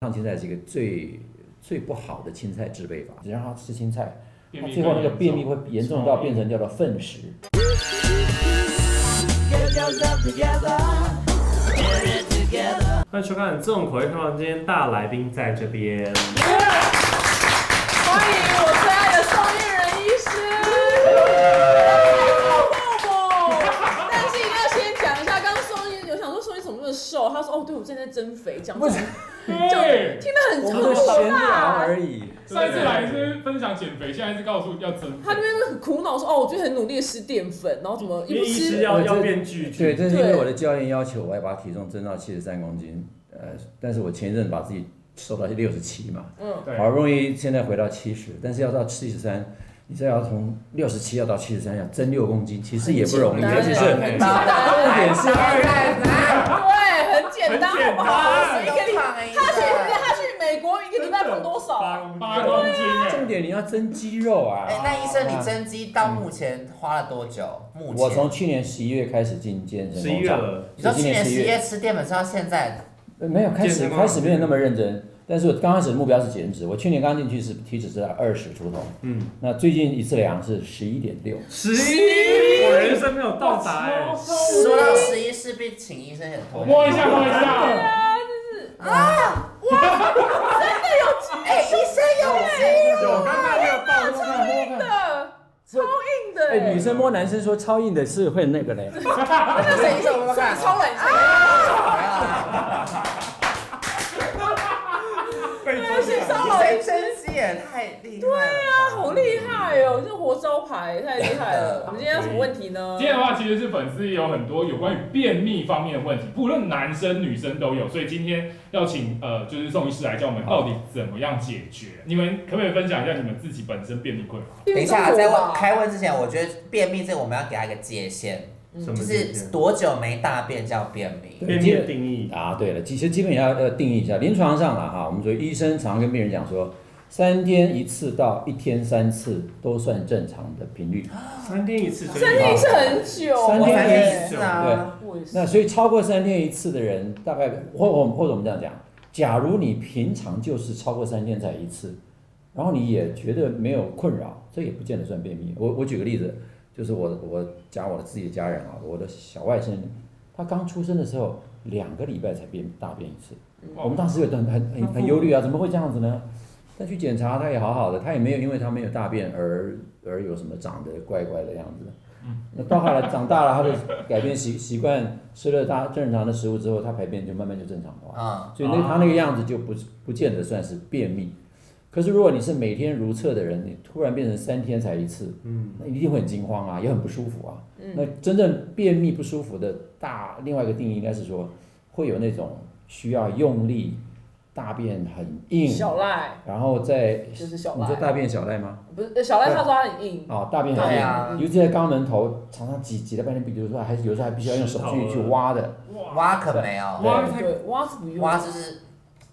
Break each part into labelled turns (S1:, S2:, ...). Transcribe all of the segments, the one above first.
S1: 烫青菜是一个最最不好的青菜制备法，只让它吃青菜，
S2: 便
S1: 它
S2: 秘
S1: 最后那个
S2: 更严
S1: 便
S2: 重
S1: 秘会严重到变成叫做粪石。
S3: 欢迎收看《这种口味开房间》，大来宾在这边。
S4: 欢迎我最爱的宋玉人医师。但是一定要先讲一下，刚刚宋玉，我想说宋玉怎么那么瘦？他说哦，对我最近在增肥，讲
S1: 不
S4: 这
S1: 是
S4: 种就
S2: 对，
S4: 听得很
S1: 我们的
S4: 痛
S1: 闲
S4: 苦
S1: 聊
S4: 啦。
S1: 而已。
S2: 上一次来是分享减肥，现在是告诉要增
S4: 他
S2: 肥
S4: 那。边很苦恼说哦，我最近很努力地吃淀粉，然后怎么一
S3: 因
S4: 不
S3: 为医师
S4: 吃
S3: 要
S1: 我这
S3: 要变巨
S1: 对，
S3: 巨，
S1: 这是因为
S4: 对
S1: 我的教练要求，我要把体重增到七十三公斤。呃，但是我前一阵把自己瘦到六十七嘛，
S4: 嗯，
S3: 对
S1: 好不容易现在回到七十，但是要到七十三，你再要从六十七要到七十三，要增六公斤，其实也不容易，
S4: 很
S1: 而且是
S4: 简
S1: 很
S4: 单
S1: 大重点是
S4: 对，很简单，
S3: 很简
S4: 好不
S3: 单
S4: 好？一个礼拜，他去
S5: 哎，
S4: 他去美国一个礼拜胖多少
S3: 八
S4: 啊？
S3: 公八公斤
S1: 重
S3: 哎，
S1: 点，你要增肌肉啊。
S5: 哎
S4: 哎
S5: 那医生，你增肌到目前花了多久？目前
S1: 我从去年十一月开始进健身
S3: 十一
S1: 工
S3: 月
S1: 厂，
S3: 了，
S5: 你说去
S1: 今年
S5: 年
S1: 十
S5: 十
S1: 一
S5: 一
S1: 月
S5: 月吃淀粉吃到现在，
S1: 呃没有开
S3: 健
S1: 始
S3: 身工
S1: 开
S3: 厂
S1: 始没有那么认真，但是我刚开始目标是减脂。我去年刚进去是体脂是在二十出头，
S3: 嗯，
S1: 那最近一次量是十一点六，
S3: 十一，我人生没有到达哎，
S5: 说到十一势必请医生也同意。
S2: 摸一下摸一下，
S1: 啊
S5: 哎，医生有肌肉，
S3: 有刚刚那个爆出来，
S4: 真的超硬的
S1: 哎、
S4: 欸，
S1: 女生摸男生说超硬的是会那个嘞，
S5: 那谁手摸看？
S4: 超啊冷静。
S3: 被
S4: 而且
S5: 医
S4: 稍
S5: 生增肌也太厉害对
S4: 啊，好厉害哦！这活招牌太厉害 了。我们今天有什么问题呢
S2: 今？天的话，其实是粉丝也有很多有关于便秘方面的问题，不论男生女生都有，所以今天要请呃，就是宋医师来教我们到底怎么样解决。你们可不可以分享一下你们自己本身便秘困扰？
S5: 等一下，在
S4: 在
S5: 问开问之前，我觉得便秘这个我们要给他一个界限，
S3: 什
S5: 就
S3: 么
S5: 是多久没大便叫便秘？
S3: 便秘的定义？
S1: 啊，对了，其实基本也要要定义一下，临床上了哈，我们说医生常跟病人讲说，三天一次到一天三次都算正常的频率，
S3: 三天一次，
S4: 三天一次很久，
S1: 三
S5: 我
S1: 天
S5: 才
S1: 一
S5: 认识啊，
S4: 哎我也是
S1: 那所以超过三天一次的人，大概或或或者我们这样讲，假如你平常就是超过三天才一次，然后你也觉得没有困扰，这也不见得算便秘。我我举个例子，就是我我讲我自己的家人啊，我的小外甥，他刚出生的时候两个礼拜才便大便一次，我们当时有很很很很忧虑啊，怎么会这样子呢？但去检查他也好好的，他也没有因为他没有大便而而有什么长得怪怪的样子。那到后来长大了，他就改变习 习惯，吃了大正常的食物之后，他排便就慢慢就正常化，
S5: 嗯，
S1: 所以那他那个样子就不是不见得算是便秘。可是如果你是每天如厕的人，你突然变成三天才一次，
S3: 嗯，
S1: 那一定会很惊慌啊，也很不舒服啊。
S5: 嗯
S4: 嗯
S1: 那真正便秘不舒服的大另外一个定义应该是说，会有那种需要用力，大便很硬，
S4: 小赖
S1: 然后再
S4: 就是小
S1: 你说
S4: 赖，
S1: 大便小赖吗？
S4: 不是小赖，他说他很硬，
S1: 哦，大便很
S5: 嗯对
S1: 硬，
S5: 啊
S1: 尤其在肛门头，常常挤挤到半天，比如说还是有时候还必须要用手去去挖的，
S2: 哇，
S5: 挖可没有，
S3: 哇，
S4: 对，挖是不
S5: 挖
S4: 用，
S5: 就是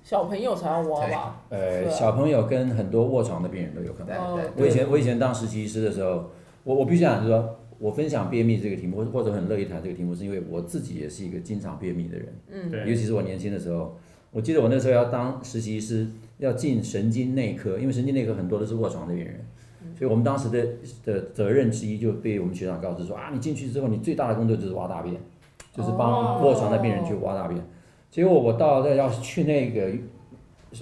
S4: 小朋友才要挖吧？嗯
S1: 呃，
S4: 对啊
S1: 小朋友跟很多卧床的病人都有可能
S5: 对。对
S1: 我以前我以前当实习医师的时候，我我必须讲说，我分享便秘这个题目，或者很乐意谈这个题目，是因为我自己也是一个经常便秘的人，
S4: 嗯，
S1: 尤
S3: 对，
S1: 其是我年轻的时候，我记得我那时候要当实习医师，要进神经内科，因为神经内科很多都是卧床的病人，所以我们当时的的责任之一就被我们学长告知说啊，你进去之后，你最大的工作就是挖大便，就是帮
S4: 哦
S1: 卧床的病人去挖大便。结果我到那要去那个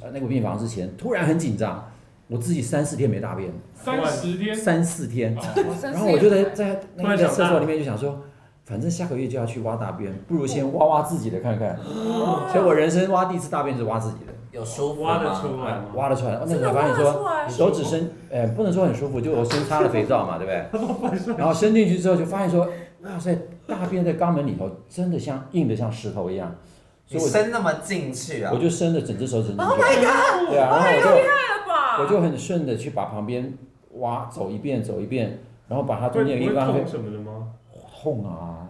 S1: 呃那个病房之前，突然很紧张，我自己三四天没大便，
S2: 三十天，
S1: 三四天，
S2: 哦
S1: 然后我就在
S4: 三四
S1: 在
S3: 突
S1: 那
S3: 然
S1: 个
S3: 想
S1: 厕所
S3: 大
S1: 里面就想说，反正下个月就要去挖大便，不如先挖挖自己的看看。
S4: 哦
S1: 所以我人生挖第一次大便是挖自己的，
S5: 有舒服
S3: 挖得
S5: 吗？
S3: 出来吗？
S1: 挖了出来。哦那
S4: 真
S1: 时
S4: 的
S1: 候发
S4: 挖
S1: 现
S4: 得
S1: 说，
S4: 出来，
S1: 手指伸，呃，不能说很舒服，就我先擦了肥皂嘛，对不 对？然后伸进去之后就发现说，哇塞，大便在肛门里头真的像硬的像石头一样，所
S5: 你
S1: 以我
S5: 伸那么进去啊
S1: 我？就伸了整只手指进去
S4: Oh my god！
S1: 对啊，然后我就
S4: 真的吧？
S1: 我就很顺的去把旁边挖走一遍走一遍，然后把它
S3: 会
S1: 中间有一
S3: 会
S1: 个地方
S3: 痛什么的吗？
S1: 痛啊，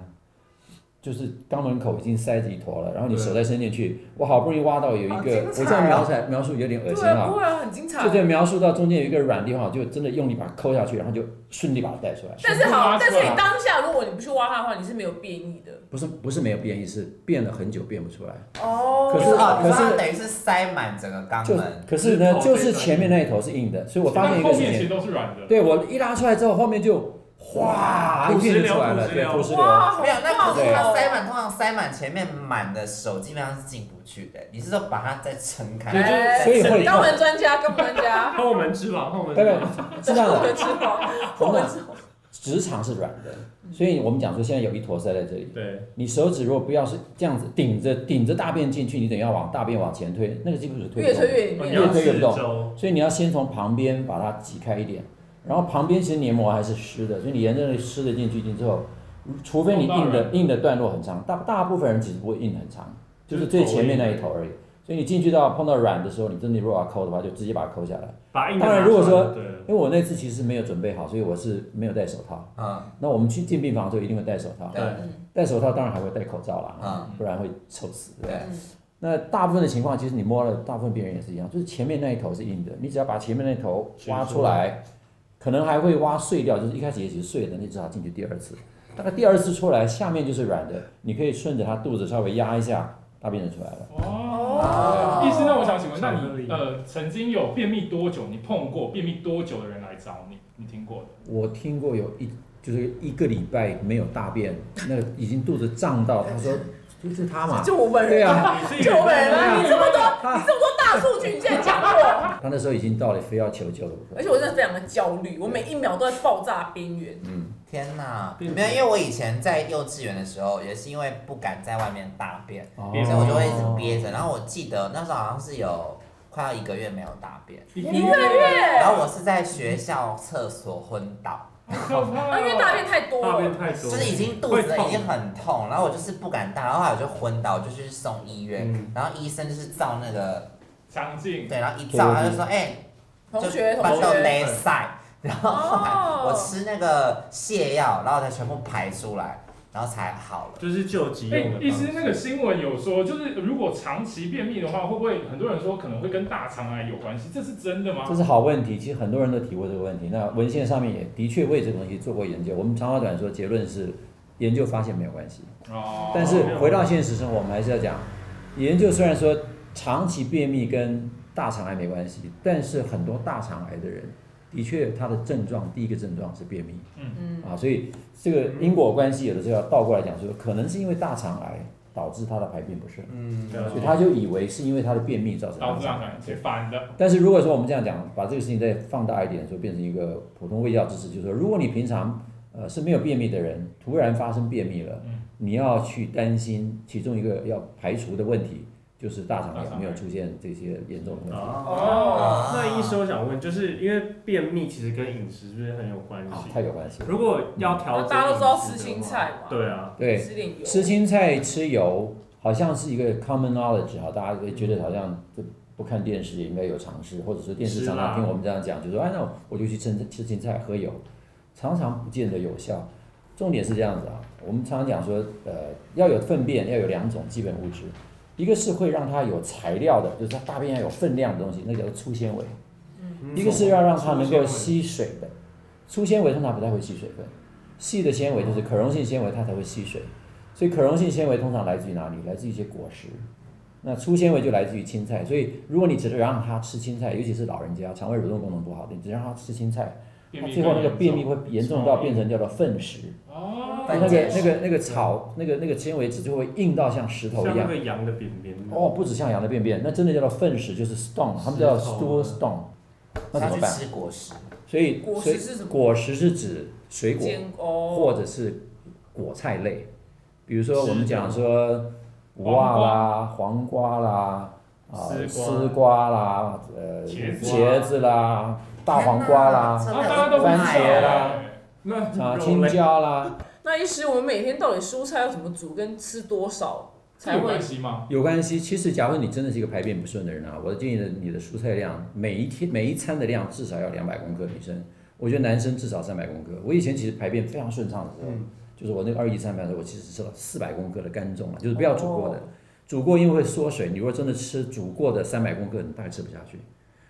S1: 就是肛门口已经塞着一坨了，然后你手再伸进去，我好不容易挖到有一
S5: 好
S1: 个，
S5: 精
S1: 我
S5: 彩
S1: 这样描
S5: 哦
S1: 起来描述有点恶心
S5: 对啊，
S1: 啊
S5: 不，会啊，很精彩
S1: 就。这样描述到中间有一个软地方，就真的用力把它抠下去，然后就顺利把它带出来。
S4: 但是好，但
S2: 全部挖出
S4: 是
S2: 来
S4: 你当下如果你不去挖它的话，你是没有变异的
S1: 不是不是没有变异，是变了很久变不出来。
S4: 哦
S1: 可
S5: 可
S1: 是
S5: 是哦，你
S1: 可是
S5: 说它等于是塞满整个肛
S1: 就
S5: 门，
S1: 可是呢，
S3: 头
S1: 就
S3: 被
S1: 是
S3: 钻
S1: 前面
S3: 进
S1: 那一头是硬的，所以我发现
S2: 但
S1: 一个
S2: 后
S1: 事
S2: 面其
S1: 情
S2: 实，都是软的。
S1: 对我一拉出来之后，后面就哗
S3: 土
S1: 一片
S3: 石
S1: 就
S3: 流
S1: 出来
S3: 土
S1: 了，
S3: 石
S1: 对，
S3: 流
S1: 土石流。
S4: 哇，好
S5: 没有，那可是
S4: 棒
S5: 它
S4: 哦
S5: 塞满，通常塞满前面满的手基本上是进不去的。你是说把它再撑开？
S3: 对就是
S4: 哎
S1: 所以会
S4: 肛门专家，肛门专家，
S3: 后门之王，后门
S1: 对
S3: 之
S1: 对
S3: 王，，
S1: 是这 样
S4: 肛
S1: 的，
S4: 门之王，
S1: 我
S4: 肛
S1: 们
S4: 门之王，
S1: 直肠是软的，所以我们讲说现在有一坨塞在这里。
S2: 对，
S1: 你手指如果不要是这样子顶着顶着大便进去，你等于要往大便往前推，那个基本是推不
S4: 越
S1: 动
S4: 推
S1: 的。
S4: 越里
S3: 哦你
S4: 面。
S3: 要
S1: 越推越
S3: 四
S1: 不动
S3: 周，
S1: 所以你要先从旁边把它挤开一点，然后旁边其实黏膜还是湿的，所以你沿着那湿的进去之后，除非你
S2: 哦
S1: 硬
S2: 当
S1: 的硬的段落很长，大大部分人其实不会硬得很长，就是最前面那一头而已。所以你进去到碰到软的时候，你真的如果要抠的话，就直接把它抠下来。
S3: 把硬的
S1: 当然
S3: 拿
S1: 如果
S3: 出来
S1: 说
S3: 就对了
S1: 因为我那次其实没有准备好，所以我是没有戴手套。
S5: 嗯
S1: 那我们去进病房的时候一定会戴手套，
S5: 对
S4: 嗯
S1: 戴手套当然还会戴口罩啦，
S5: 嗯，
S1: 不然会臭死。对吧
S5: 对
S4: 嗯
S1: 那大部分的情况，其实你摸了，大部分病人也是一样，就是前面那一头是硬的，你只要把前面那头挖出来，可能还会挖碎掉，就是一开始也许是碎的，你只好进去第二次，大概第二次出来，下面就是软的，你可以顺着它肚子稍微压一下，大便就出来了。
S2: 哦，
S5: 哦
S2: 医师，那我想请问，那
S3: 巧克力
S2: 你呃曾经有便秘多久？你碰过便秘多久的人来找你？你听过的？
S1: 我听过有一就是一个礼拜没有大便，那个已经肚子胀到，他说就是他嘛，
S4: 就我本
S1: 对
S4: 人，
S1: 啊，
S4: 就我本人啊，你这么多
S1: 他
S4: 大数据，你竟然讲过，
S1: 他那时候已经到了非要求救的部分，
S4: 而且我真的非常的焦虑，我每一秒都在爆炸边缘。
S1: 嗯，
S5: 天哪！
S3: 并不
S5: 没有，因为我以前在幼稚园的时候，也是因为不敢在外面大便，
S1: 哦
S3: 变
S5: 所以我就会一直憋着。然后我记得那时候好像是有快要一个月没有大便，
S2: 一
S4: 一个月
S5: 然后我是在学校厕所昏倒，
S2: 好可怕哦！
S4: 啊，因为大便太多
S3: 大便
S4: 了，
S3: 太多
S5: 就
S3: 了，
S5: 是已经肚
S3: 会
S5: 子
S3: 痛
S5: 已经很痛，然后我就是不敢大，然后后来我就昏倒，就去送医院
S3: 嗯，
S5: 然后医生就是照那个
S2: 强劲，
S5: 对，然后一照他就说，哎，
S4: 同
S5: 就
S4: 学同
S5: 搬到
S4: 学，哦
S5: 雷赛，然后后来我吃那个泻药，然后才全部排出来，然后才好了。
S3: 就是救急
S2: 哎、
S3: 用的。
S2: 医师，那个新闻有说，就是如果长期便秘的话，会不会很多人说可能会跟大肠癌有关系？这是真的吗
S1: 这？是好问题，其实很多人都提过这个问题。那文献上面也的确为这个东西做过研究。我们长话短说，结论是研究发现没有关系。
S2: 哦
S1: 但是回到现实生活，我们还是要讲，研究虽然说长期便秘跟大肠癌没关系，但是很多大肠癌的人的确他的症状第一个症状是便秘
S4: 嗯，
S1: 啊，所以这个因果关系有的时候要倒过来讲说，可能是因为大肠癌导致他的排便不顺，
S5: 嗯，
S3: 对啊
S1: 所以他就以为是因为他的便秘造成
S2: 嗯导
S1: 大
S2: 致
S1: 肠
S2: 大
S1: 癌
S2: 肠。癌是反的，
S1: 但是如果说我们这样讲，把这个事情再放大一点，说变成一个普通卫教知识，就是说，如果你平常呃是没有便秘的人，突然发生便秘了，
S2: 嗯
S1: 你要去担心其中一个要排除的问题，就是大肠
S2: 大肠
S1: 癌
S2: 癌
S1: 没有出现这些严重的问题。
S2: 哦
S3: 那医师，我想问，就是因为便秘其实跟饮食是不是很有关
S1: 啊
S3: 系，？啊
S1: 太有关系了。
S3: 如果要调整，
S4: 大家都知道吃青菜，嘛，
S3: 对啊，
S1: 对，
S4: 吃点油，
S1: 吃青菜吃油好像是一个 common knowledge 哈，大家会觉得好像就不看电视也应该有常识，或者说电视常
S3: 是
S1: 常
S3: 啊
S1: 听我们这样讲，就说哎那我就去吃吃青菜喝油，常常不见得有效。重点是这样子啊，我们常常讲说，呃，要有粪便，要有两种基本物质，一个是会让它有材料的，就是它大便要有分量的东西，那叫做粗纤维；
S3: 嗯
S1: 一个是要让它能够
S3: 粗纤维
S1: 吸水的，粗纤维通常不太会吸水分，细的纤维就是可溶性纤维，它才会吸水。所以可溶性纤维通常来自于哪里？来自于一些果实。那粗纤维就来自于青菜，所以如果你只是让它吃青菜，尤其是老人家肠胃蠕动功能不好的，你只让它吃青菜，
S2: 便
S1: 它
S2: 秘
S1: 最后那个便秘
S2: 更严
S1: 会严重到变成叫做粪石，
S4: 嗯
S2: 重哦，
S1: 那个那个那个草那个那个纤维质就会硬到像石头
S3: 像
S1: 一
S3: 那
S1: 样。
S3: 个羊的便便，
S1: 哦，不止像羊的便便，那真的叫做粪石，就是 stone，他们叫
S3: 石
S1: stool
S3: 头
S1: stone。那怎
S5: 他
S1: 么
S5: 去
S1: 办？
S5: 吃果实，
S1: 所以
S4: 果
S1: 所以
S4: 实是什么
S1: 果实是指水果，
S4: 煎哦，
S1: 或者是果菜类，比如说我们
S3: 吃的
S1: 讲说无袜啦、黄瓜啦、啊
S3: 丝瓜
S1: 丝瓜啦、呃
S2: 茄
S3: 啊
S2: 子
S1: 茄子啦、大黄瓜 啦、
S5: 天
S2: 啊
S5: 哪
S2: 大家都不
S1: 番
S2: 知道
S1: 茄啦
S2: 哎
S3: 那
S1: 啊
S3: 肉
S1: 青
S3: 类
S1: 椒啦，
S4: 那医师，我们每天到底蔬菜要怎么煮，跟吃多少
S2: 这
S4: 才
S2: 有
S4: 会
S2: 关？系吗？
S1: 有关系。其实，假如你真的是一个排便不顺的人啊，我建议你的蔬菜量每一天每一餐的量至少要两百公克，女生，我觉得男生至少三百公克。我以前其实排便非常顺畅的时候，
S3: 嗯
S1: 就就是我那个二一三班的时候，我其实吃了四百公克的干中嘛，就是不要煮过的，煮过因为会缩水，你如果真的吃煮过的三百公克，你大概吃不下去。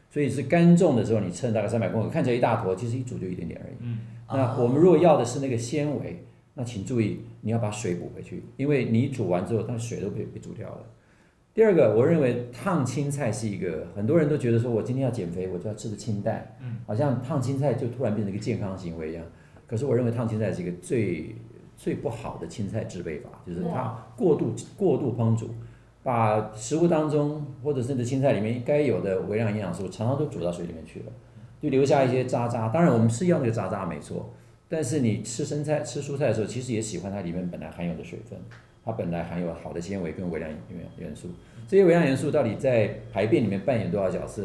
S1: 所以是干重的时候，你称大概三百公克，看起来一大坨，其实一煮就一点点而已。
S2: 嗯
S1: 那我们如果要的是那个纤维，那请注意你要把水补回去，因为你煮完之后，它水都被被煮掉了。第二个，我认为烫青菜是一个很多人都觉得说，我今天要减肥，我就要吃的清淡，
S2: 嗯，
S1: 好像烫青菜就突然变成一个健康行为一样。可是我认为烫青菜是一个最最不好的青菜制备法，就是它过度过度烹煮，把食物当中或者甚至青菜里面该有的微量营养素，常常都煮到水里面去了，就留下一些渣渣。当然，我们是要那个渣渣没错，但是你吃生菜、吃蔬菜的时候，其实也喜欢它里面本来含有的水分，它本来含有好的纤维跟微量元元素。这些微量元素到底在排便里面扮演多少角色？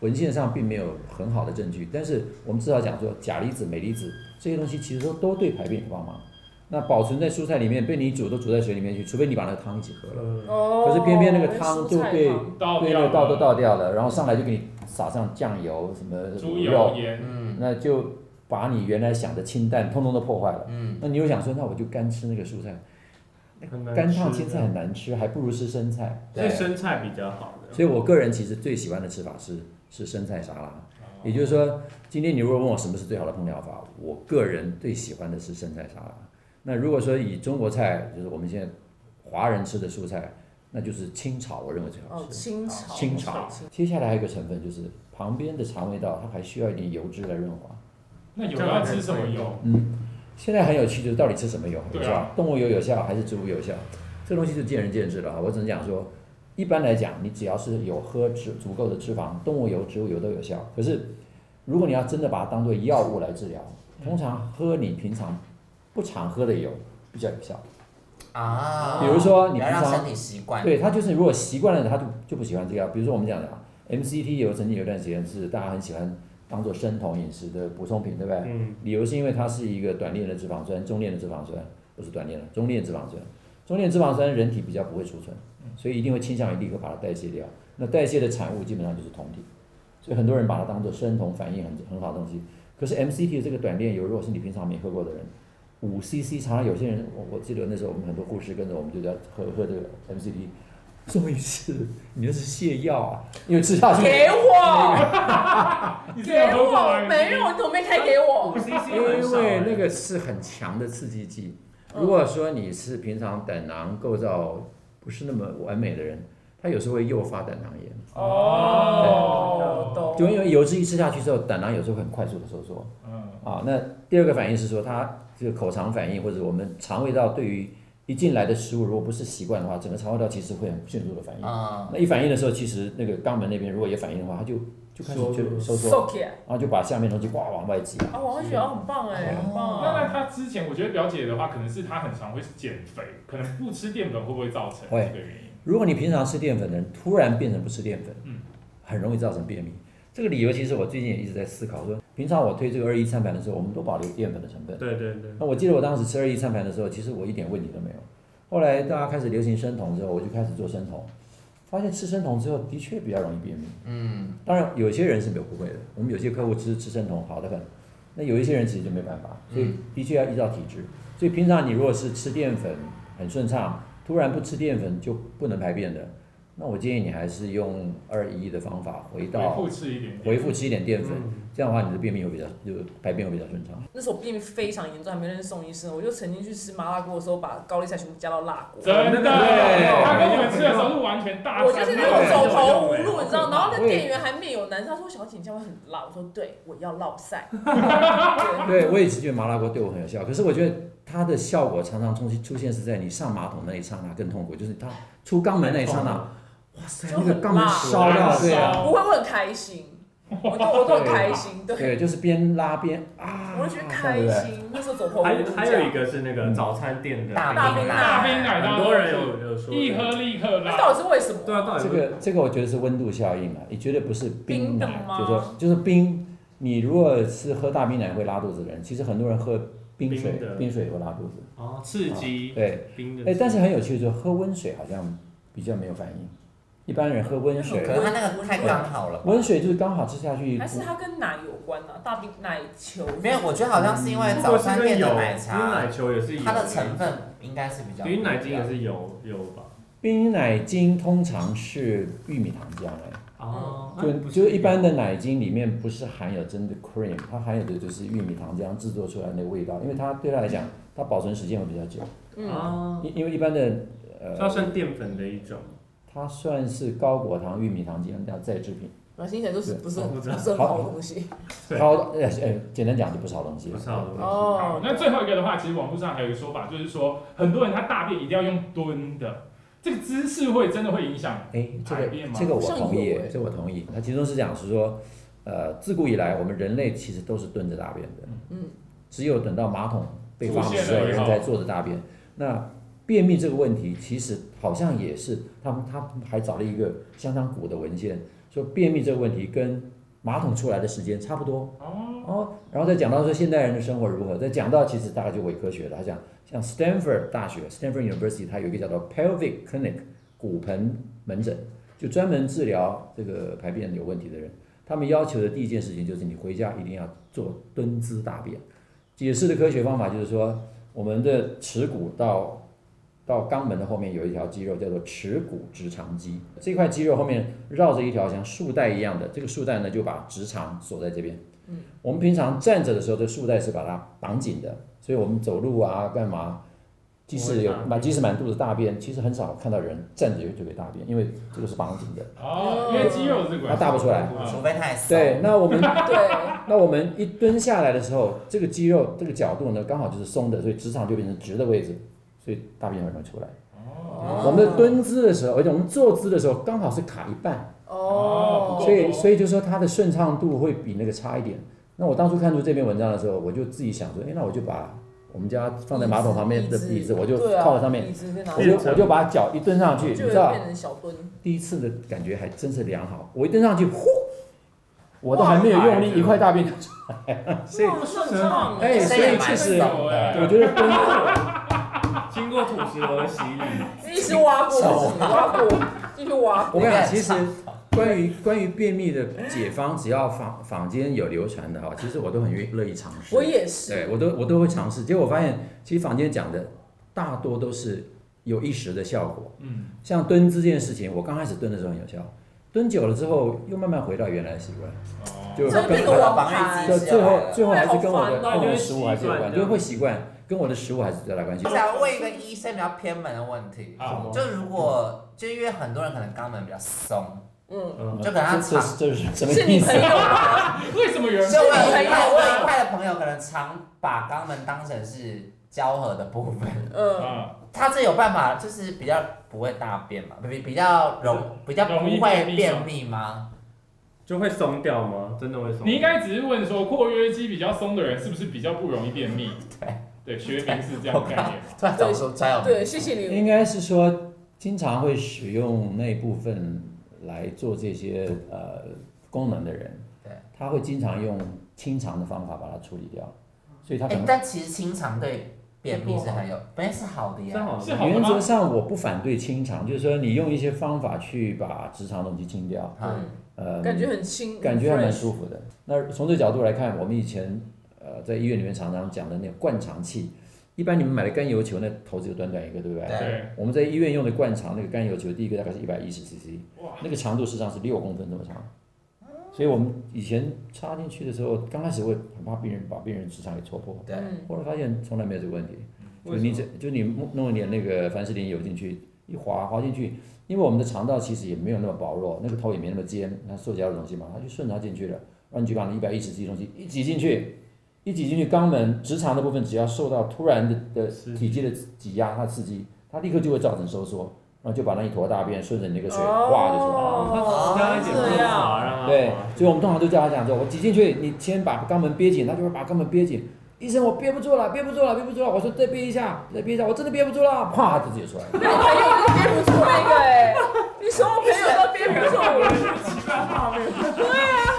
S1: 文献上并没有很好的证据，但是我们至少讲说钾离子、镁离子这些东西其实都都对排便有帮忙。那保存在蔬菜里面，被你煮都煮在水里面去，除非你把那个汤一起喝了。
S3: 嗯，
S4: 哦
S1: 可是偏偏那个汤就被
S2: 倒
S1: 对，
S2: 掉
S1: 那
S2: 了
S1: 个倒都倒掉了，然后上来就给你撒上酱油、什么
S2: 猪
S1: 卤
S2: 油
S1: 肉，
S2: 盐，
S5: 嗯
S1: 那就把你原来想的清淡，通通都破坏了。
S5: 嗯，
S1: 那你又想说，那我就干吃那个蔬菜，
S3: 很难
S1: 干烫
S3: 吃
S1: 青菜很难吃，还不如吃生菜。
S3: 所以
S5: 对，
S3: 生菜比较好的。
S1: 所以我个人其实最喜欢的吃法是是生菜沙拉。
S5: 哦
S1: 也就是说，今天你如果问我什么是最好的烹调法，我个人最喜欢的是生菜沙拉。那如果说以中国菜，就是我们现在华人吃的蔬菜，那就是清炒，我认为最好
S4: 哦
S1: 吃。
S4: 清炒
S1: 清炒。接下来还有一个成分就是旁边的肠胃道，它还需要一点油脂来润滑。
S2: 那有人要吃什么油？
S1: 现在很有趣，就是到底吃什么油有
S2: 对啊
S1: 效？动物油有效还是植物有效？这东西就见仁见智了哈。我只能讲说，一般来讲，你只要是有喝脂足够的脂肪，动物油、植物油都有效。可是，如果你要真的把它当做药物来治疗，通常喝你平常不常喝的油比较有效。
S4: 哦
S5: 啊，
S1: 比如说你
S5: 不要
S1: 平
S5: 让
S1: 常
S5: 身体习惯，
S1: 对他就是如果习惯了，他就就不喜欢这个。比如说我们讲的啊 MCT 油，曾经有一段时间是大家很喜欢当做生酮饮食的补充品，对不对？
S3: 嗯，
S1: 理由是因为它是一个短链的脂肪酸，中链的脂肪酸不是短链了，中链脂肪酸。中链脂肪酸人体比较不会储存，所以一定会倾向于立刻把它代谢掉。那代谢的产物基本上就是酮体，所以很多人把它当做生酮反应很很好的东西。可是 MCT 这个短链油，如果是你平常没喝过的人，五 CC 常常有些人，我我记得那时候我们很多护士跟着我们就在喝喝这个 MCT，终于是你那是泻药啊，因为吃下去
S4: 给我，
S2: 你是
S4: 给
S2: 有喝过
S4: 我，
S2: 吗？
S4: 没有，你怎么没开给我？
S3: 五 CC
S1: 因
S3: 很少
S1: 为
S3: 欸。
S1: 那个是很强的刺激剂。
S4: 嗯
S1: 如果说你是平常胆囊构造不是那么完美的人，它有时候会诱发胆囊炎，
S2: 哦，
S4: 懂
S1: 就因为油脂一吃下去之后，胆囊有时候很快速的收缩
S2: 嗯，
S1: 啊。那第二个反应是说，它这个口肠反应或者我们肠胃道对于一进来的食物如果不是习惯的话，整个肠胃道其实会很迅速的反应。
S5: 嗯，
S1: 那一反应的时候，其实那个肛门那边如果也反应的话，它就就开始
S3: 收
S1: 就收缩，
S4: ，so 起来
S1: 然后就把下面的东西哇往外挤。
S4: 啊！王慧雪哦，很棒哎，很棒
S2: 那
S4: 啊！
S2: 那他之前我觉得表姐的话，可能是她很常会减肥，可能不吃淀粉会不会造成这
S1: 会
S2: 个原因？
S1: 如果你平常吃淀粉的人，突然变成不吃淀粉，
S2: 嗯
S1: 很容易造成便秘。这个理由其实我最近也一直在思考说，平常我推这个二一餐盘的时候，我们都保留淀粉的成分。
S3: 对对对，
S1: 那我记得我当时吃二一餐盘的时候，其实我一点问题都没有。后来大家开始流行生酮之后，我就开始做生酮，发现吃生酮之后的确比较容易便秘。
S5: 嗯，
S1: 当然，有些人是没有不会的，我们有些客户吃吃生酮好的很，那有一些人其实就没办法，所
S2: 嗯
S1: 以的确要依照体质。所以平常你如果是吃淀粉很顺畅，突然不吃淀粉就不能排便的，那我建议你还是用二一的方法回
S2: 回
S1: 到
S2: 复吃一点点，
S1: 回复吃一点淀粉，
S3: 嗯
S1: 这样的话你的便秘会比较就排便会比较顺畅。
S4: 那时候便秘非常严重，还没认识宋医生。我就曾经去吃麻辣锅的时候，把高丽菜全部加到辣锅。
S2: 真的，
S1: 对
S2: 他跟我们吃的时候是完全大
S4: 我就是那种走投无
S3: 哎
S4: 路，你知道？然后那
S1: 我也
S4: 店员还面有难色，他说：“小姐，你这样会很辣。”我说：“对，我要 落晒。对
S1: 对我也是觉得麻辣锅对我很有效，可是我觉得它的效果常常出现出现是在你上马桶那一刹那更痛苦，就是它出肛门那一刹那，哇塞，
S4: 就
S1: 那
S4: 很
S1: 个肛门
S4: 辣
S1: 烧到对啊。
S4: 不会，我很开心，我都我都很开心，对，
S1: 对，就是边拉边啊，
S4: 我就觉得
S1: 这样对
S4: 开
S1: 不对
S4: 心。那时候走投无
S3: 还
S4: 路
S3: 有，还
S4: 这
S3: 有一
S4: 样。
S3: 个是那个早餐店的
S5: 大
S4: 大
S5: 冰
S4: 冰
S5: 奶
S2: 大冰奶，
S3: 很多人有有说
S2: 一喝立刻
S4: 那
S2: 拉，
S4: 到底是为什么？
S3: 对啊，到底
S1: 这个这个我觉得是温度效应了，你绝对不是冰
S4: 冰的
S1: 奶，
S4: 吗
S1: 就是说就是冰。你如果是喝大冰奶会拉肚子的人，其实很多人喝冰水，
S3: 冰的
S1: 冰水也会拉肚子。
S3: 哦，刺激
S1: 对，
S3: 冰的，
S1: 哎哎，但是很有趣的是，喝温水好像比较没有反应，一般人喝温水
S5: 可，是它那个太刚好了吧。
S1: 温水就是刚好吃下去
S4: 还，是它跟奶有关啊？大冰奶球
S5: 没有，我觉得好像是因为
S3: 如
S5: 早
S3: 果是
S5: 餐
S3: 因为
S5: 店
S3: 油，
S5: 的
S3: 因
S5: 奶
S3: 为
S5: 茶
S3: 奶，球也是油，
S5: 它的成分应该是比较。
S3: 对因为奶精也是油油吧？
S1: 冰奶精通常是玉米糖浆哎，
S5: 嗯
S3: 哦，那
S1: 就
S3: 不
S1: 就是一般的奶精里面不是含有真的 cream，它含有的就是玉米糖浆制作出来的味道，因为它对它来讲，它保存时间会比较久，
S4: 嗯，
S3: 哦，
S1: 因因为一般的
S3: 这要
S1: 呃，
S3: 算淀粉的一种，
S1: 它算是高果糖玉米糖浆的再制品，
S4: 我听起来就是
S1: 对
S4: 不是很
S3: 哦我
S4: 不
S3: 知
S4: 是
S3: 道
S4: 很好的东西
S3: 对
S1: 好呃呃，简单讲就不少东西
S3: 不，少的。
S2: 好
S4: 哦，。
S2: 那最后一个的话，其实网络上还有一个说法，就是说很多人他大便一定要用蹲的，这个姿势会真的会影响。
S1: 哎，这
S2: 排
S1: 个
S2: 便吗
S1: 这个我
S4: 像
S1: 同意
S4: 有哎，
S1: 这个我同意。它其中是讲是说，呃，自古以来我们人类其实都是蹲着大便的，
S4: 嗯，
S1: 只有等到马桶被发
S2: 出
S1: 明
S2: 现了
S1: 之后，
S2: 以
S1: 人
S2: 后
S1: 才坐着大便。那便秘这个问题，其实好像也是他们他们还找了一个相当古的文献，说便秘这个问题跟马桶出来的时间差不多
S2: 哦，
S1: 哦。然后再讲到说现代人的生活如何，再讲到其实大概就伪科学了。他讲像 Stanford 大学 Stanford University，它有一个叫做 Pelvic Clinic 骨盆门诊，就专门治疗这个排便有问题的人。他们要求的第一件事情就是你回家一定要做蹲姿大便。解释的科学方法就是说，我们的耻骨到到肛门的后面有一条肌肉叫做耻骨直肠肌，这块肌肉后面绕着一条像束带一样的，这个束带呢就把直肠锁在这边。嗯，我们平常站着的时候，这束带是把它绑紧的，所以我们走路啊干嘛，即使有
S3: 不会大
S1: 满即使满肚子大便，其实很少看到人站着就就给大便，因为这个是绑紧的。
S2: 哦，因为肌肉这个
S1: 它大不出来
S3: 嗯
S5: 除非太瘦。
S1: 对，那我们
S4: 对，
S1: 那我们一蹲下来的时候，这个肌肉这个角度呢，刚好就是松的，所以直肠就变成直的位置，所以大便很容易出来。
S4: 哦
S1: 我们的蹲姿的时候，而且我们坐姿的时候，刚好是卡一半，
S2: 哦
S1: 所
S4: 哦，
S1: 以所以就说它的顺畅度会比那个差一点。那我当初看出这篇文章的时候，我就自己想说，哎，那我就把我们家放在马桶旁边的椅子，我就
S4: 对啊
S1: 靠在上面，
S4: 椅子在哪
S1: 我
S4: 里
S1: 就我就把脚一蹲上去，你
S4: 就会
S1: 知道
S4: 变，成小蹲，
S1: 第一次的感觉还真是良好。我一蹲上去，呼，我都还没有用
S4: 哎
S1: 力，一块大便就出来了，所以
S4: 哇顺畅啊
S1: 哎
S5: 这
S1: 所
S5: 也
S1: 以
S5: 蛮
S1: 其实
S5: 瘦的。
S1: 我觉得蹲
S3: 经过土石流的洗 礼，
S4: 一直挖过，
S1: 手
S4: 挖过，继续挖，
S1: 我跟你讲，其实关于关于便秘的解方，只要坊坊间有流传的哈，其实我都很愿乐意尝试。
S4: 我也是，
S1: 对我都我都会尝试，结果我发现其实坊间讲的大多都是有一时的效果。
S2: 嗯，
S1: 像蹲这件事情，我刚开始蹲的时候很有效，蹲久了之后又慢慢回到原来的习惯，
S2: 哦，
S1: 就
S4: 真的
S1: 跟
S4: 变个
S5: 我
S4: 王
S5: 防御
S4: 牌
S5: 机
S1: 就
S5: 制
S1: 最后最后还是跟我
S4: 哎
S1: 的
S4: 好烦哦
S1: 跟我的食物还是有
S3: 习惯
S1: 关，
S3: 了
S1: 就会习惯跟我的食物还是有点关系
S5: 我。想问一个医生比较偏门的问题，
S2: 好
S5: 就如果就因为很多人可能肛门比较松，
S4: 嗯，
S3: 嗯，
S5: 就可能他
S1: 这这这是什么
S4: 是你
S1: 意思
S4: 朋？友吗？
S2: 为什么有人
S5: 就我有一
S4: 是你朋
S5: 派
S4: 友
S5: 我有一派的朋友可能常把肛门当成是交合的部分，
S4: 嗯，
S2: 啊？
S5: 他是有办法，就是比较不会大便嘛，比比较容比较不
S2: 容易
S5: 会
S2: 便秘
S5: 便秘吗？
S3: 就会松掉吗？真的会松掉？
S2: 你应该只是问说括约肌比较松的人是不是比较不容易便秘？对，对，学名是这样的概念。
S5: 突然怎么说专有名
S4: 对，谢谢你，
S1: 应该是说经常会使用那部分来做这些呃功能的人，
S5: 对，
S1: 他会经常用清肠的方法把它处理掉，所以他可
S5: 哎
S1: 能、
S5: 但其实清肠对便秘是很有，本来是好的
S3: 这
S5: 呀。
S3: 好
S2: 是
S3: 像
S2: 好的
S1: 原则
S2: 吗？
S1: 上我不反对清肠，就是说你用一些方法去把直肠的东西清掉，
S5: 嗯，
S1: 呃，
S4: 感觉很轻，
S1: 感觉还蛮
S4: fresh
S1: 舒服的。那从这角度来看，我们以前呃在医院里面常常讲的那种灌肠器，一般你们买的甘油球那头只有短短一个，对不对？
S5: 对
S2: 对，
S1: 我们在医院用的灌肠那个甘油球，第一个大概是一百一十 CC，
S2: 哇，
S1: 那个长度实际上是六公分这么长。所以我们以前插进去的时候，刚开始会很怕病人把病人直肠给戳破，
S5: 对，
S4: 嗯，
S1: 后来发现从来没有这个问题。就
S3: 为什
S1: 你
S3: 么
S1: 这就你弄弄一点那个凡士林油进去，一滑滑进去，因为我们的肠道其实也没有那么薄弱，那个头也没那么尖，那塑胶的东西嘛，它就顺着它进去了。然后你就把那一百一十 G 东西一挤进去，一挤进去肛门直肠的部分，只要受到突然的的
S3: 是
S1: 体积的挤压它刺激，它立刻就会造成收缩，然后就把那一坨大便顺着你那个水哗就出来了。
S3: 哦，它加一点润滑让它
S1: 对，
S3: 滑
S2: 哎
S1: 所以我们通常都叫他讲说，我挤进去，你先把肛门憋紧，他就会把肛门憋紧。医生，我憋不住了，憋不住了，憋不住了。我说再憋一下，再憋一下，我真的憋不住了，啪，就直接出来了。
S4: 那你朋友都憋不住那个哎，你说我朋友都憋不 住，啊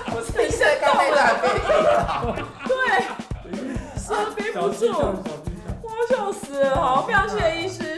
S5: 不是医生刚才 大便
S4: 对，说憋不住。我笑死了，好，非常谢谢医师。
S5: 哎